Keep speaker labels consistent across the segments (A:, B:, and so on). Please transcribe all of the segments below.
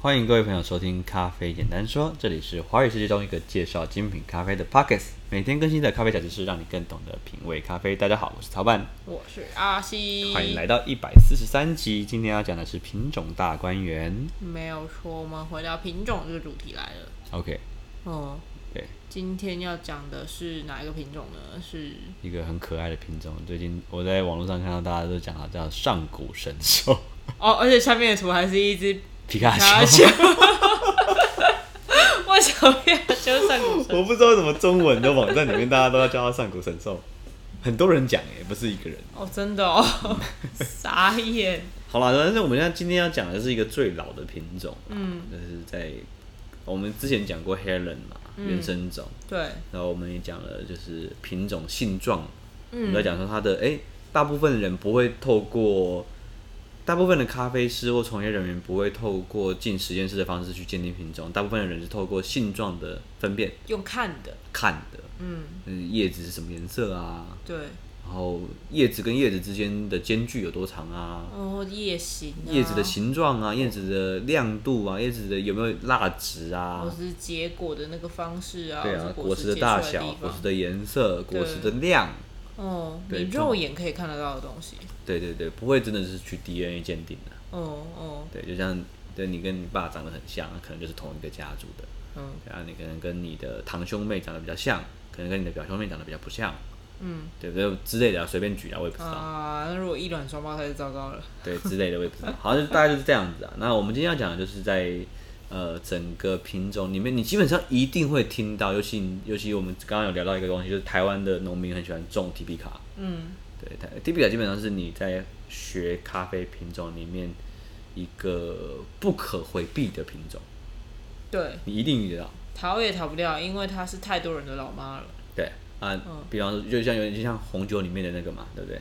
A: 欢迎各位朋友收听《咖啡简单说》，这里是华语世界中一个介绍精品咖啡的 Pockets，每天更新的咖啡小知识，让你更懂得品味咖啡。大家好，我是曹办，
B: 我是阿西，
A: 欢迎来到一百四十三集。今天要讲的是品种大观园。
B: 没有错，我们回到品种这个主题来了。
A: OK，
B: 嗯，
A: 对，
B: 今天要讲的是哪一个品种呢？是
A: 一个很可爱的品种，最近我在网络上看到大家都讲它叫上古神兽
B: 哦，而且下面的图还是一只
A: 皮卡
B: 卡
A: 丘
B: 丘。。 为什么要就上古神？
A: 我不知道为什么中文的网站里面大家都要叫它上古神兽，很多人讲诶，不是一个人。
B: 哦，真的 哦，傻眼。
A: 好啦，但是我们现在今天要讲的是一个最老的品种，嗯，就是在我们之前讲过 Helen 嘛，原生种，
B: 对，
A: 然后我们也讲了就是品种性状，嗯，我们在讲说它的，哎、大部分人不会透过，大部分的咖啡师或从业人员不会透过进实验室的方式去鉴定品种，大部分的人是透过性状的分辨
B: 用看的，
A: 看的，
B: 嗯，
A: 嗯，叶子是什么颜色啊，
B: 对，
A: 然后叶子跟叶子之间的间距有多长啊，
B: 哦，夜行、啊，
A: 叶子的，形状啊，叶子的亮度啊，叶子的有没有蜡质啊
B: 或？是结果的那个方式哦啊，
A: 对
B: 或
A: 啊
B: 是，
A: 果
B: 果
A: 实
B: 实
A: 的
B: 结
A: 大
B: 出来
A: 小
B: 地，
A: 果
B: 方
A: 实的颜色，果实的量，
B: 哦，你
A: 对这
B: 肉眼可以看得到的东西。
A: 对对对，不会真的是去 DNA 鉴定的、
B: 哦哦，
A: 对，就像对你跟你爸长得很像，那可能就是同一个家族的。
B: 嗯
A: 对啊，你可能跟你的堂兄妹长得比较像，可能跟你的表兄妹长得比较不像，
B: 嗯
A: 对不对？之类的啊、随便举啊，我也不知道。
B: 啊，那如果一卵双胞胎就糟糕了。
A: 对之类的，我也不知道。好像大概就是这样子啊。那我们今天要讲的就是在呃整个品种里面，你基本上一定会听到，尤其尤其我们刚刚有聊到一个东西，就是台湾的农民很喜欢种 T P 卡。
B: 嗯
A: 对，台 T P 卡基本上是你在学咖啡品种里面一个不可回避的品种，，
B: 对，
A: 你一定遇得到。
B: 逃也逃不掉，因为她是太多人的老妈了。
A: 对啊，
B: 嗯
A: 比方说就像有点就像红酒里面的那个嘛，对不对？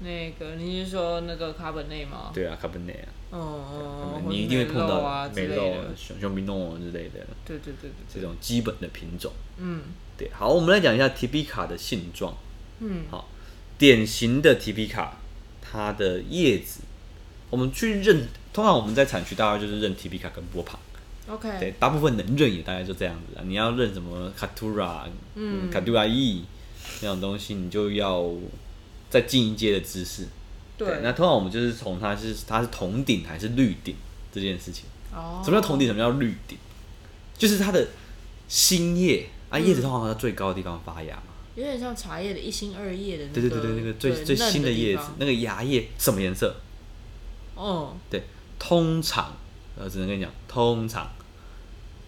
B: 那个，你是说那个卡本内吗？
A: 对啊，卡本内啊，
B: 嗯嗯，哦或
A: 你
B: 是
A: 一定会碰
B: 梅
A: 到
B: 肉啊之
A: 梅
B: 类
A: 肉
B: 的、。
A: 熊熊皮诺啊之类的
B: 对对对对，
A: 这种基本的品种。
B: 嗯
A: 对，好，我们来讲一下提比卡的性状。
B: 嗯，
A: 好，典型的提比卡，它的叶子，我们去认，通常我们在产区大概就是认提比卡跟波旁，对
B: ，OK，，
A: 大部分能认也大概就这样子了。你要认什么卡图拉，嗯，卡图拉 E 那种东西，你就要再进一阶的知识。那
B: 对，
A: 通常我们就是从它是它是铜顶还是绿顶这件事情。
B: 哦，
A: 什么叫铜顶？什么叫绿顶？就是它的新叶啊，叶子通常在最高的地方发芽嘛。
B: 有点像茶叶的一心二叶的那个，
A: 对对对对，那个最最新的叶子，那个芽叶什么颜色？
B: 嗯，
A: 对，通常呃，只能跟你讲，通常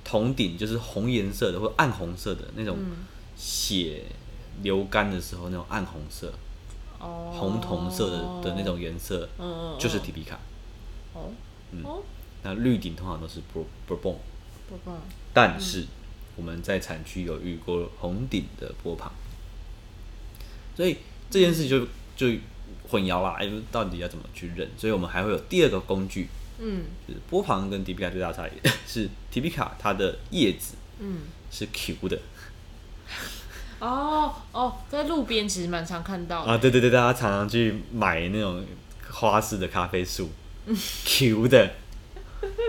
A: 铜顶就是红颜色的或暗红色的那种血流干的时候那种暗红色、
B: 哦，
A: 红铜色的的那，种颜色，
B: 嗯嗯，
A: 就是提比卡。
B: 哦哦，
A: 那绿顶通常都是 bou- bourbon，
B: 不棒，
A: 但是我们在产区有遇过红顶的波旁，所以这件事就就混淆啦，哎，到底要怎么去认？所以我们还会有第二个工具，
B: 嗯
A: 就是波旁跟迪比卡最大的差别 是迪比卡它的叶子
B: 嗯。
A: 是 Q 的
B: 哦哦，在路边其实蛮常看到的。
A: 啊，对对对，大家常常去买那种花式的咖啡树 Q 的，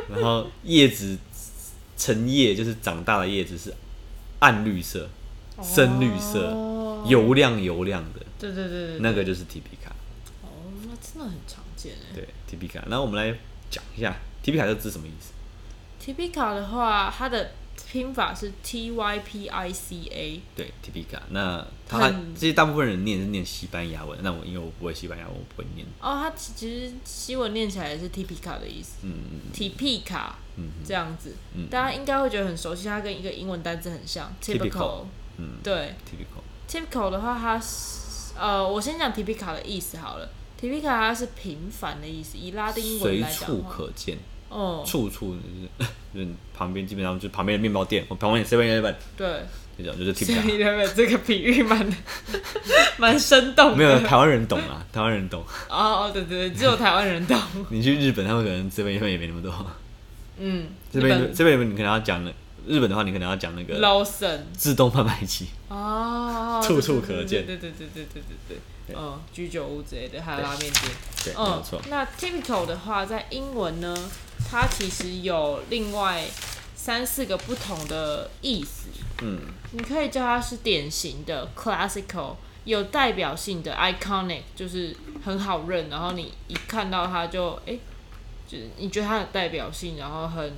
A: 然后叶子成叶就是长大的叶子是暗绿色、深绿色、
B: 哦
A: 油亮油亮的，
B: 对对对对，
A: 那个就是迪比卡，
B: 哦，那真的很常见哎。
A: 对迪比卡。那我们来讲一下迪比卡这字什么意思？
B: t p i c a 的话，它的拼法是 T Y P I C A。
A: 对 t i p i c a 那它
B: 很
A: 这些大部分人念是念西班牙文，那我因为我不会西班牙文，我不会念。
B: 哦，它其其实西文念起来也是 t p i c a 的意思
A: 嗯嗯嗯
B: t p i c a 这样子
A: 嗯，
B: 大家应该会觉得很熟悉，它跟一个英文单字很像，typical。
A: 嗯
B: 对，
A: ，typical。
B: typical 的话，它是呃，我先讲 typical 的意思好了。typical 它是平凡的意思，以拉丁文
A: 随
B: 来讲
A: 处
B: 的话，
A: 可见，
B: 哦，
A: 处处就是就是旁边基本上就是旁边的面包店，我旁边 Seven Eleven
B: 对，
A: 这种就是 t i p
B: 所
A: i c
B: 以原本这个比喻蛮蛮生动
A: a
B: 的。
A: 没有台湾人懂啊，台湾人懂。
B: 哦哦，对对对，只有台湾人懂。
A: 你去日本，他们可能 Seven Eleven 也没那么多。
B: 嗯，
A: 这边这边你可能要讲了，日本的话你可能要讲那个
B: Lawson
A: 自动贩卖机，
B: 哦，
A: 处处可见
B: 对对对对对对对，嗯，居酒屋之类的，还有拉面店。
A: 对，没有
B: 嗯
A: 错，，
B: 那 typical 的话，在英文呢，它其实有另外三四个不同的意思。
A: 嗯，
B: 你可以叫它是典型的 classical，有代表性的 iconic，就是很好认，然后你一看到它就哎、诶就是你觉得它有代表性，然后很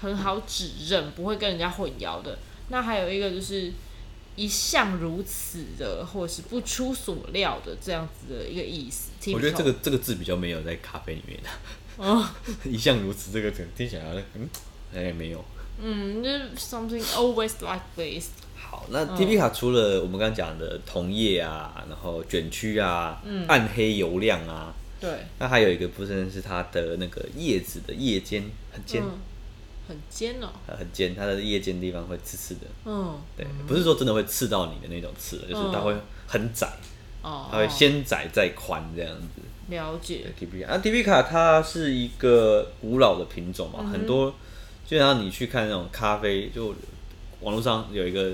B: 很好指认，不会跟人家混淆的。那还有一个就是一向如此的，或是不出所料的这样子的一个哦意思。
A: 我觉得这个这个字比较没有在咖啡里面的。 一向如此，这个整听起来好像嗯，哎、没有。
B: 嗯，就是 something always like this。
A: 好，那
B: 嗯
A: T P 卡除了我们刚刚讲的同业啊，然后卷曲啊，
B: 嗯
A: 暗黑油亮啊，
B: 对，
A: 那还有一个部分是它的那个叶子的叶尖很尖，
B: 嗯，很尖哦。
A: 呃很尖，它的叶尖地方会刺刺的，
B: 嗯，
A: 对，不是说真的会刺到你的那种刺，就是它会很窄，
B: 哦，
A: 它会先窄再宽这样子。
B: 了解。
A: T P 卡啊，T P 卡它是一个古老的品种嘛，
B: 嗯
A: 很多就像你去看那种咖啡，就网络上有一个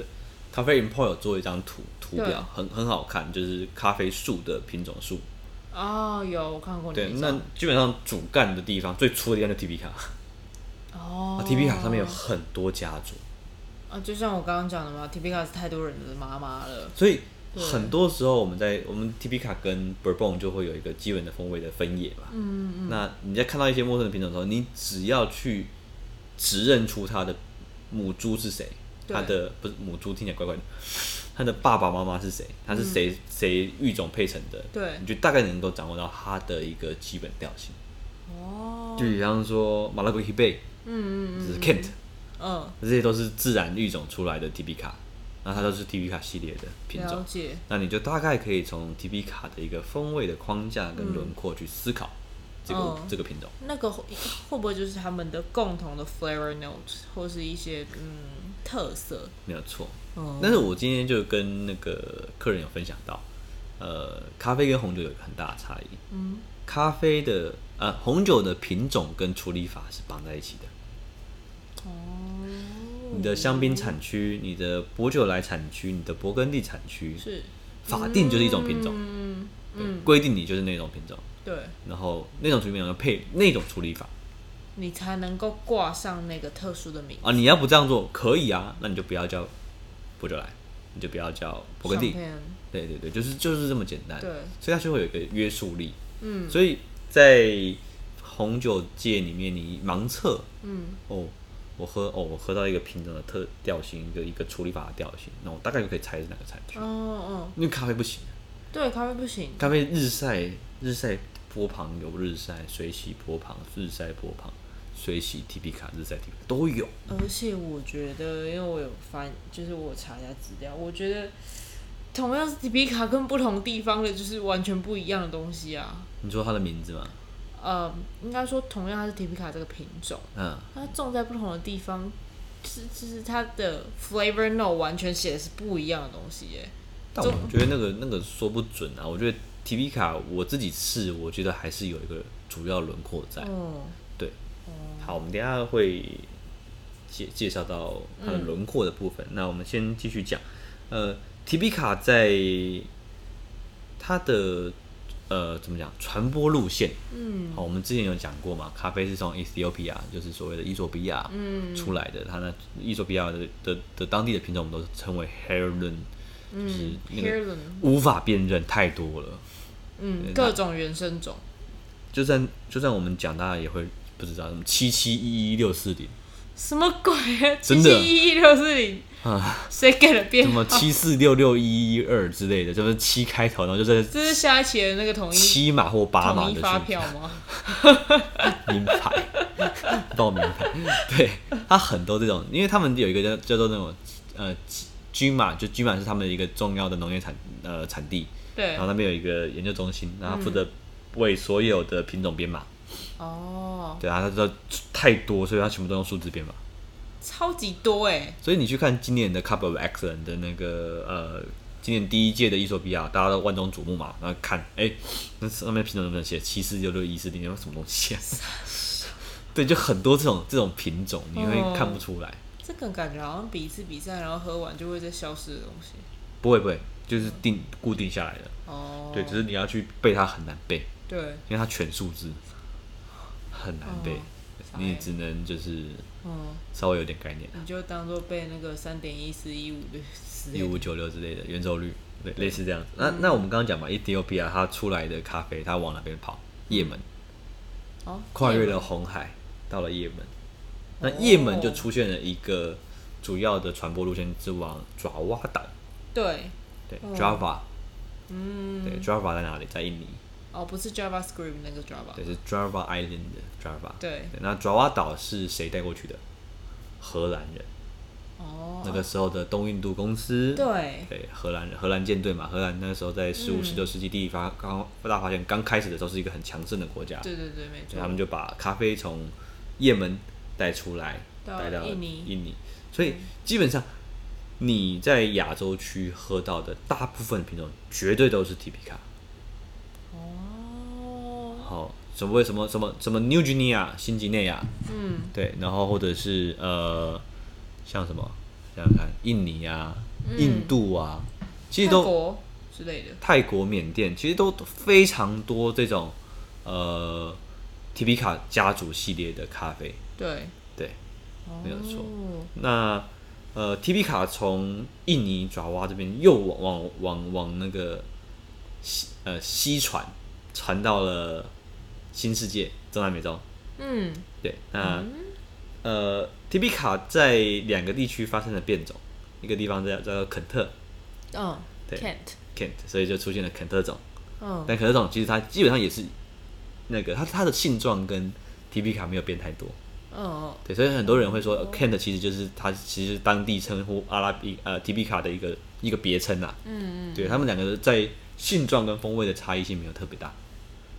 A: 咖啡 import 有做一张图图
B: 对
A: 表，很很好看，就是咖啡树的品种树。
B: 哦，有我看过
A: 对，
B: 你
A: 那基本上主干的地方最粗的地方就 T P 卡、啊
B: 哦
A: t P 卡上面有很多家族，
B: 啊，就像我刚刚讲的嘛，T P 卡是太多人的妈妈了。
A: 所以很多时候我们在我们 T P 卡跟 Bourbon 就会有一个基本的风味的分野嘛。
B: 嗯，
A: 那你在看到一些陌生的品种的时候，你只要去指认出它的母猪是谁，
B: 对
A: 它的不是母猪听起来怪怪的， 它的爸爸妈妈是谁，它是谁谁育种配成的，
B: 嗯对
A: 你。就大概能够掌握到它的一个基本调性。
B: 哦，
A: 就比方说马拉圭黑贝，
B: 嗯嗯
A: 就是 Kent，
B: 嗯，
A: 这些都是自然育种出来的 T B 卡，那它都是 T B 卡系列的品
B: 了
A: 种。
B: 解。
A: 那你就大概可以从 T B 卡的一个风味的框架跟轮廓去思考这个、
B: 哦
A: 这个品种。
B: 那个会会不会就是他们的共同的 flavor note 或是一些嗯特色？
A: 没有错。
B: 嗯，
A: 但是我今天就跟那个客人有分享到，呃，咖啡跟红酒有一个很大的差异。
B: 嗯，
A: 咖啡的呃红酒的品种跟处理法是绑在一起的。
B: 哦，
A: 你的香槟产区、你的伯酒莱产区、你的勃艮第产区，
B: 是
A: 法定就是一种品种，
B: 嗯
A: 对
B: 嗯，
A: 规定你就是那种品种，
B: 对，
A: 然后那种处理法要配那种处理法
B: 你才能够挂上那个特殊的名字。
A: 啊。你要不这样做可以啊，那你就不要叫伯酒莱，你就不要叫勃艮
B: 上
A: 第，
B: 片
A: 对对对，就是就是这么简单。
B: 对，
A: 所以它就会有一个约束力。
B: 嗯
A: 所以在红酒界里面，你盲测
B: 嗯，
A: 哦，我喝哦，我喝到一个品种的特调性，一个一个处理法的调性，那我大概就可以猜是哪个产区。
B: 哦哦，
A: 因为咖啡不行，啊
B: 对，咖啡不行。
A: 咖啡日晒日晒波旁有日晒，水洗波旁日晒波旁，水洗 T P 卡日晒 T P 都有。
B: 而且我觉得，因为我有翻，就是我查一下资料，我觉得同样是迪比卡跟不同地方的，就是完全不一样的东西啊。
A: 你说它的名字吗？
B: 呃，应该说同样它是迪比卡这个品种，
A: 嗯，
B: 它种在不同的地方，是就是它的 flavor note 完全写的是不一样的东西耶。
A: 但我觉得那个那个说不准啊。我觉得 T P 卡我自己试，我觉得还是有一个主要轮廓在。
B: 嗯，
A: 对，好，我们等一下会介介绍到它的轮廓的部分。那我们先继续讲，呃，提比卡在它的呃怎么讲传播路线？嗯，好，我们之前有讲过嘛，咖啡是从 Ethiopia，就是所谓的伊索比亚，嗯，出来的。它那伊索比亚的的的当地的品种，我们都称为 h e r l o n 就是那
B: h e
A: 个
B: r l o n
A: 无法辨认太多了。
B: 嗯，各种原生种，
A: 就算就算我们讲，大家也会不知道什么七七一一六四零。
B: 什么鬼啊？
A: 真的
B: 一一六四零
A: 啊，
B: 谁给的编
A: 什？么七四六六一一二之类的，就是七开头，然后就是
B: 这是下一期的那个统一
A: 七码或八码
B: 统一
A: 的
B: 发
A: 去
B: 票吗？
A: 名牌， 报名牌，对，它很多这种，因为他们有一个叫叫做那种呃军马，就军马是他们的一个重要的农业产呃产地，
B: 对嗯
A: 然，后那边有一个研究中心，然后负责为所有的品种编码，
B: 哦，
A: 对啊，它知道太多，所以它全部都用数字编码。
B: 超级多哎，
A: 所以你去看今年的 Cup of Excellence 的那个呃，今年第一届的伊索比亚，大家都万众瞩目嘛，然后看，哎、那上面品种能不能写七四六六一四零什么东西啊？ 对，就很多这种这种品种，你会看不出来。
B: 这个感觉好像比一次比赛，然后喝完就会再消失的东西。
A: 不会不会，就是定固定下来的。
B: 哦，
A: 对，只是你要去背它很难背，
B: 对，
A: 因为它全数字很难背。
B: 法
A: 你
B: 欸。
A: 只能就是
B: 嗯，
A: 稍微有点概念，
B: 你就当做被那个三点一四一五的死
A: 一五九六之类的圆周率，类类似这样子。那那我们刚刚讲嘛，e t h i o p 它出来的咖啡，它往哪边跑？也门，
B: 嗯哦，
A: 跨越
B: 夜
A: 了
B: 晚
A: 红海，到了也门。
B: 哦
A: 那也门就出现了一个主要的传播路线，是往爪哇岛，
B: 对，
A: 对
B: 哦
A: ，Java，
B: 嗯，
A: 对，Java 在哪里？在印尼，
B: 哦，不是 JavaScript 那个 Java，
A: 对，是 Java Island 的 Java。
B: 哦对，
A: 那爪哇岛是谁带过去的？荷兰人，
B: 哦，
A: 那个时候的东印度公司。
B: 对，
A: 对，荷兰人荷兰舰队嘛，荷兰那时候在十五、十
B: 嗯
A: 六世纪第一发刚大发现刚开始的时候是一个很强盛的国家，所
B: 对对对，没
A: 以他
B: 错，
A: 们就把咖啡从也门带出来，
B: 到
A: 带到
B: 印尼
A: 印尼。所以基本上你在亚洲区喝到的大部分品种绝对都是 T P 卡。
B: 哦，
A: 好，什么什么什么什么 New Guinea 啊新几内亚，
B: 嗯
A: 对，然后或者是呃，像什么，想想看，印尼啊、印度啊，其实
B: 嗯泰
A: 都
B: 国之类的，
A: 泰国、缅甸，其实都非常多这种呃 T P 卡家族系列的咖啡，
B: 对，
A: 对，没有错
B: 哦
A: 那呃 T P 卡从印尼爪哇这边又往往往往那个西呃西传传到了新世界中南美洲，
B: 嗯，
A: 对，那、呃，T B 卡在两个地区发生了变种，一个地方叫叫做肯特
B: 嗯
A: 对
B: ，Kent，
A: （Kent），所以就出现了肯特种。
B: 嗯，
A: 但肯特种其实它基本上也是那个它它的性状跟 T B 卡没有变太多，
B: 嗯嗯，
A: 对，所以很多人会说
B: 哦
A: 呃 Kent 其实就是它其实当地称呼阿拉比呃 T B 卡的一个一个别称
B: 음,
A: 啦。
B: 嗯
A: 对他们两个在性状跟风味的差异性没有特别大。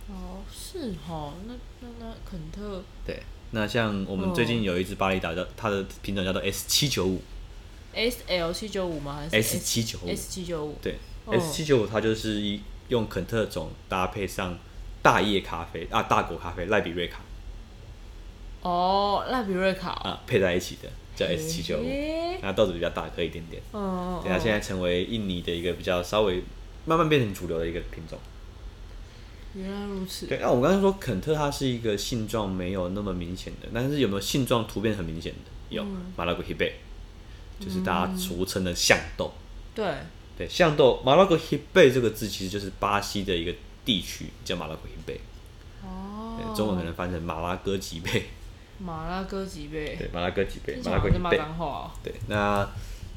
B: 嗯，哦，是哦，那那那肯特，
A: 对，那像我们最近有一只巴厘
B: 哦
A: 岛叫它的品种叫做 S 七九五
B: S L 七九五吗？还是
A: S 네.七九五
B: 뭐 S 七九五？
A: 对
B: 哦
A: ，S 七九五它就是一用肯特种搭配上大叶咖啡啊大果咖啡赖比瑞卡
B: 哦，赖比瑞卡
A: 啊配在一起的，叫 아, 네, S 七九五。
B: 嘿
A: 那豆子比较大颗一点点，
B: 嗯嗯，
A: 对它啊
B: 嗯
A: 现在成为印尼的一个比较稍微慢慢变成主流的一个品种。
B: 原来如此，
A: 对，那我们刚才说肯特它是一个性状没有那么明显的，但是有没有性状突变很明显的？有，
B: 嗯
A: 马拉古希贝，就是大家俗称的象豆。
B: 对，
A: 对，象豆马拉古希贝这个字其实就是巴西的一个地区叫马拉古希贝。
B: 哦 아.
A: 对，中文可能翻成马拉哥脊背，
B: 马拉哥几倍，
A: 对，马拉哥脊背，
B: 听起
A: 马拉
B: 来
A: 哥
B: 好
A: 脊
B: 像在骂
A: 背，
B: 脏话哦。
A: 对，那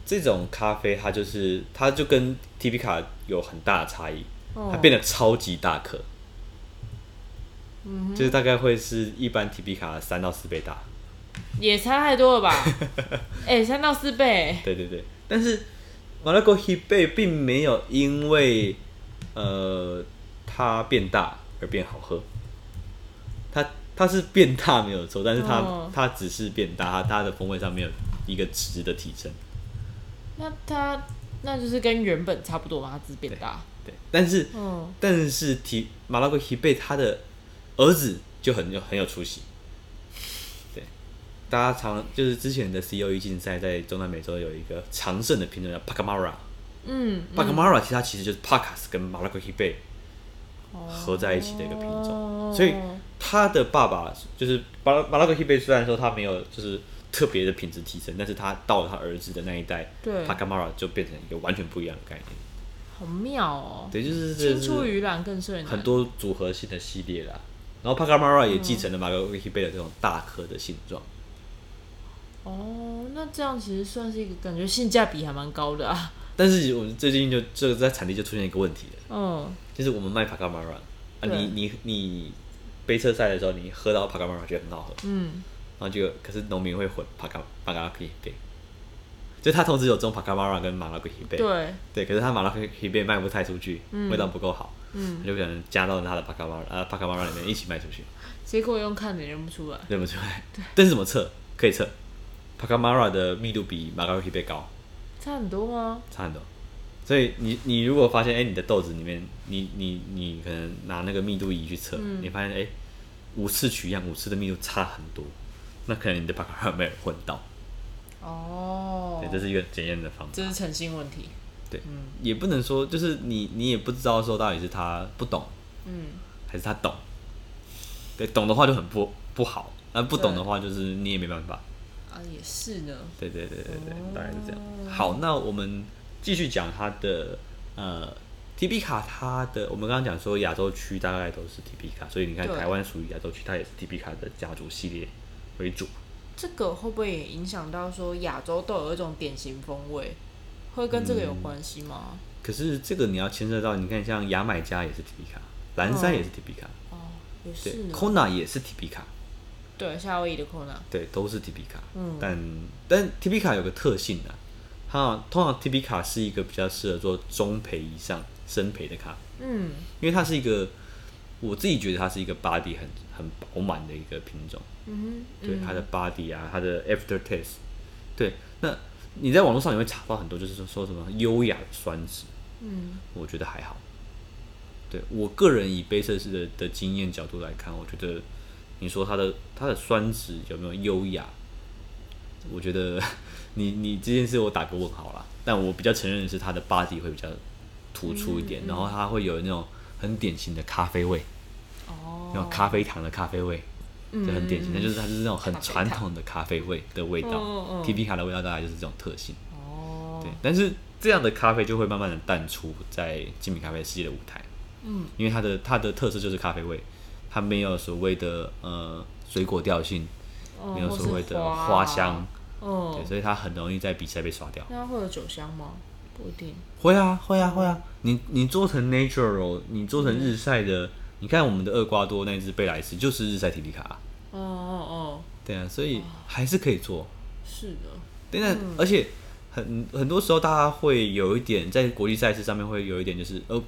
A: 这种咖啡它就是它就跟 T P 卡有很大的差异，它
B: 哦
A: 变得超级大颗，嗯，就是大概会是一般 T P 卡的三到四倍大，
B: 也差太多 了吧？哎、三到四倍，
A: 对对对，但是马拉哥脊背并没有因为呃它变大而变好喝，它它是变大没有错，但是它、
B: 哦
A: 它只是变大，它它的风味上没有一个值的提升。
B: 那它那就是跟原本差不多嘛，它只是变大。
A: 对，但是
B: 嗯，
A: 但是提马拉圭提贝他的儿子就很有很有出息。对，大家常就是之前的 COE 竞赛在中南美洲有一个常胜的品种叫帕卡马拉，
B: 嗯，
A: 帕卡马拉其实它其实就是帕卡斯跟马拉圭提贝合在一起的一个品种，
B: 哦
A: 所以他的爸爸就是马拉马拉圭提贝，虽然说他没有就是。特别的品质提升，但是他到了他儿子的那一代，
B: 对
A: 帕卡马拉就变成一个完全不一样的概念。
B: 好妙哦。
A: 对，就是这
B: 青
A: 是
B: 出于蓝更胜于蓝
A: 很多组合性的系列啦。然后帕卡马拉也继承了马格维奇贝的这种大颗的性状，
B: 哦，那这样其实算是一个感觉性价比还蛮高的啊。
A: 但是我们最近就这个在产地就出现一个问题了，
B: 嗯，
A: 就是我们卖帕卡马拉啊，
B: 对
A: 你你你杯测赛的时候，你喝到帕卡马拉觉得很好喝，
B: 嗯，
A: 然后就可是农民会混帕卡帕卡拉克贝，就他同时有种帕卡马拉跟马拉克贝，
B: 对，
A: 对，可是他马拉克贝卖不太出去，味道不够好，
B: 嗯，
A: 他就可能加到他的帕卡马拉呃帕卡马拉里面一起卖出去。
B: 结果用看的也认不出来。
A: 认不出来。但是怎么测？可以测。帕卡马拉的密度比马卡 k 贝高，
B: 差很多吗？
A: 差很多。所以你你如果发现，哎、你的豆子里面，你你你可能拿那个密度仪去测，
B: 嗯
A: 你发现，哎、五次取样，五次的密度差很多，那可能你的帕卡马拉没有混到。
B: 哦
A: 对，，这是一个检验的方法。
B: 这是诚信问题。
A: 对，也不能说就是你你也不知道说到底是他不懂
B: 嗯，
A: 还是他懂。对，懂的话就很不不好。那不懂的话，就是你也没办法。
B: 啊，也是呢。
A: 对对对对对，
B: 哦
A: 大概是这样。好，那我们继续讲它的呃 T P 卡，它的我们刚刚讲说亚洲区大概都是 T P 卡，所以你看
B: 对
A: 台湾属于亚洲区，它也是 T P 卡的家族系列为主。
B: 这个会不会也影响到说亚洲都有一种典型风味，会跟这个有
A: 嗯
B: 关系吗？
A: 可是这个你要牵涉到，你看像牙买加也是 T P 卡，蓝山也是 T P 卡，
B: 哦，也
A: 对
B: 是呢。
A: ，Kona 也是 T P 卡，
B: 对，夏威夷的 Kona，
A: 对，都是 T P 卡。
B: 嗯
A: 但但 T P 卡有个特性啊，它通常 T P 卡是一个比较适合做中培以上深培的咖啡。
B: 嗯，
A: 因为它是一个，我自己觉得它是一个 body 很很饱满的一个品种，
B: 嗯哼，
A: 对、它的 body 啊，它的 aftertaste，对，那你在网络上也会查到很多，就是说说什么优雅的酸质，
B: 嗯，
A: 我觉得还好。对我个人以杯测试的的经验角度来看，我觉得你说它的它的酸质有没有优雅，我觉得 你你这件事我打个问号啦。但我比较承认的是它的 body 会比较突出一点，然后它会有那种很典型的咖啡味，
B: 哦，
A: 那种咖啡糖的咖啡味，
B: 嗯
A: 这很典型。那就是它就是那种很
B: 咖啡
A: 传统的咖啡味的味
B: 嗯嗯
A: 道
B: 嗯
A: ，T P 卡的味道大概就是这种特性。
B: 哦，
A: 对，但是这样的咖啡就会慢慢的淡出在精品咖啡世界的舞台。
B: 嗯，
A: 因为它的它的特色就是咖啡味，它没有所谓的呃水果调性，
B: 哦
A: 没有所谓的
B: 或是
A: 花香，
B: 哦
A: 对，，所以它很容易在比赛被刷掉。
B: 那它会有酒香吗？不一定。
A: 会啊，会啊，会啊！你你做成 natural，你做
B: 嗯
A: 成日晒的，你看我们的厄瓜多那只贝莱斯就是日晒提皮卡、啊，
B: 哦哦
A: 对啊，所以还是可以做。
B: 哦，是的。
A: 对，那、
B: 嗯
A: 而且很很多时候大家会有一点在国际赛事上面会有一点就是呃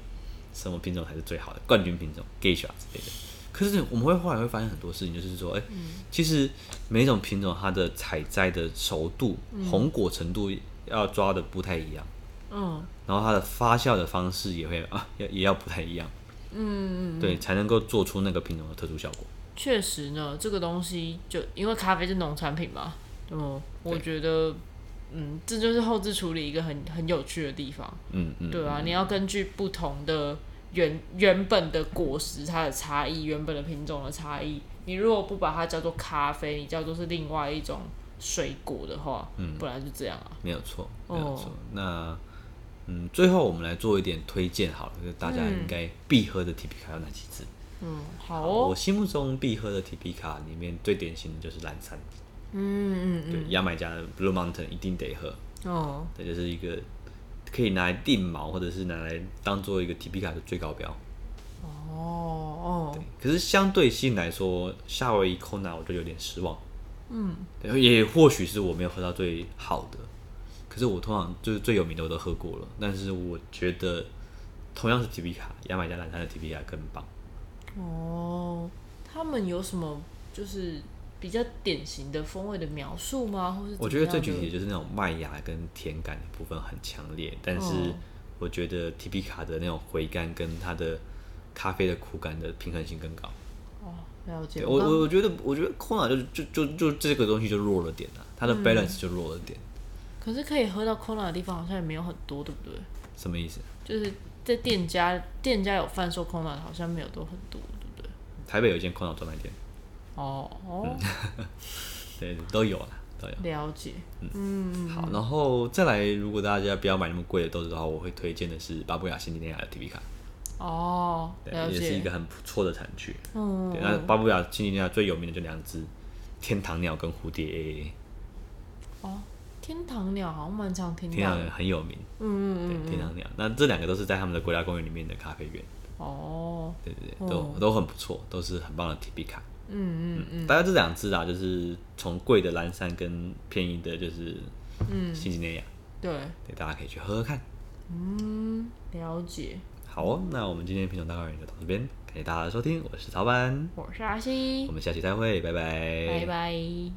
A: 什么品种才是最好的冠军品种 g a g e 之类的。可是我们会后来会发现很多事情，就是说，哎、
B: 嗯
A: 其实每种品种它的采摘的熟度、红果程度要抓的不太一样，
B: 嗯
A: 然后它的发酵的方式也会啊也也要不太一样，
B: 嗯，
A: 对，才能够做出那个品种的特殊效果。
B: 确实呢，这个东西就因为咖啡是农产品嘛，嗯，我觉得，嗯，这就是后置处理一个很很有趣的地方，
A: 嗯嗯，
B: 对啊，你要根据不同的原原本的果实它的差异，原本的品种的差异，你如果不把它叫做咖啡，你叫做是另外一种水果的话，嗯，本来就这样啊，
A: 没有错，
B: 哦
A: 没有错。那嗯，最后我们来做一点推荐好了，就是大家应该必喝的 T P 卡有哪几支？
B: 嗯，好
A: 我
B: 哦，
A: 心目中必喝的 T P 卡里面最典型的就是蓝山，
B: 嗯嗯
A: 对，牙买加的 Blue Mountain 一定得喝，
B: 嗯，哦，
A: 这就是一个可以拿来定锚或者是拿来当做一个 T P 卡的最高标。
B: 哦哦，
A: 可是相对性来说，夏威夷 Kona 我就有点失望。嗯，也或许是我没有喝到最好的，可是我通常就是最有名的我都喝过了。但是我觉得同样是 T P 卡，牙买加蓝山的 T P 卡更棒。
B: 哦，他们有什么就是比较典型的风味的描述吗？或是
A: 我觉得最具
B: 怎么
A: 体
B: 样
A: 的就是那种麦芽跟甜感的部分很强烈，但是
B: 哦
A: 我觉得 T P 卡的那种回甘跟它的咖啡的苦感的平衡性更高。
B: 的哦，了解。
A: 对我
B: 刚
A: 我我觉得我觉得 Kona 就就就就这个东西就弱了点啊，它的 balance 就弱了点，
B: 可是可以喝到 Kona 的地方好像也没有很多，对不对？
A: 什么意思？
B: 就是在店家店家有贩售 Kona 的，好像没有都很多，对不对？
A: 台北有一间空岛专卖店，
B: 哦哦，
A: 嗯对，都有啊，都有。
B: 了解。嗯
A: 好，然后再来，如果大家不要买那么贵的豆子的话，我会推荐的是巴布亚新几内亚的 T B 卡，
B: 哦，
A: 对
B: 了，
A: 也是一
B: 解。
A: 个很不错的产区。
B: 嗯，
A: 对，那巴布亚新几内亚最有名的就两只，天堂鸟跟蝴蝶 A
B: 哦，天堂鸟好像蛮常听
A: A，天
B: 到
A: 堂
B: 的。
A: 鸟很有名，
B: 嗯嗯
A: 对，天堂鸟。那这两个都是在他们的国家公园里面的咖啡园，
B: 哦，
A: 对对对，
B: 哦
A: 都都很不错，都是很棒的 T B 卡。
B: 嗯嗯
A: 大概这两只啦，就是从贵的蓝山跟便宜的，就是嗯新几内亚，
B: 对，
A: 对，大家可以去喝喝看。
B: 嗯，了解。
A: 好哦，那我们今天的品种大概就到这边，感谢大家的收听，我是曹班，哎
B: 我是阿西
A: 我，们下期再会，拜拜，
B: 拜拜。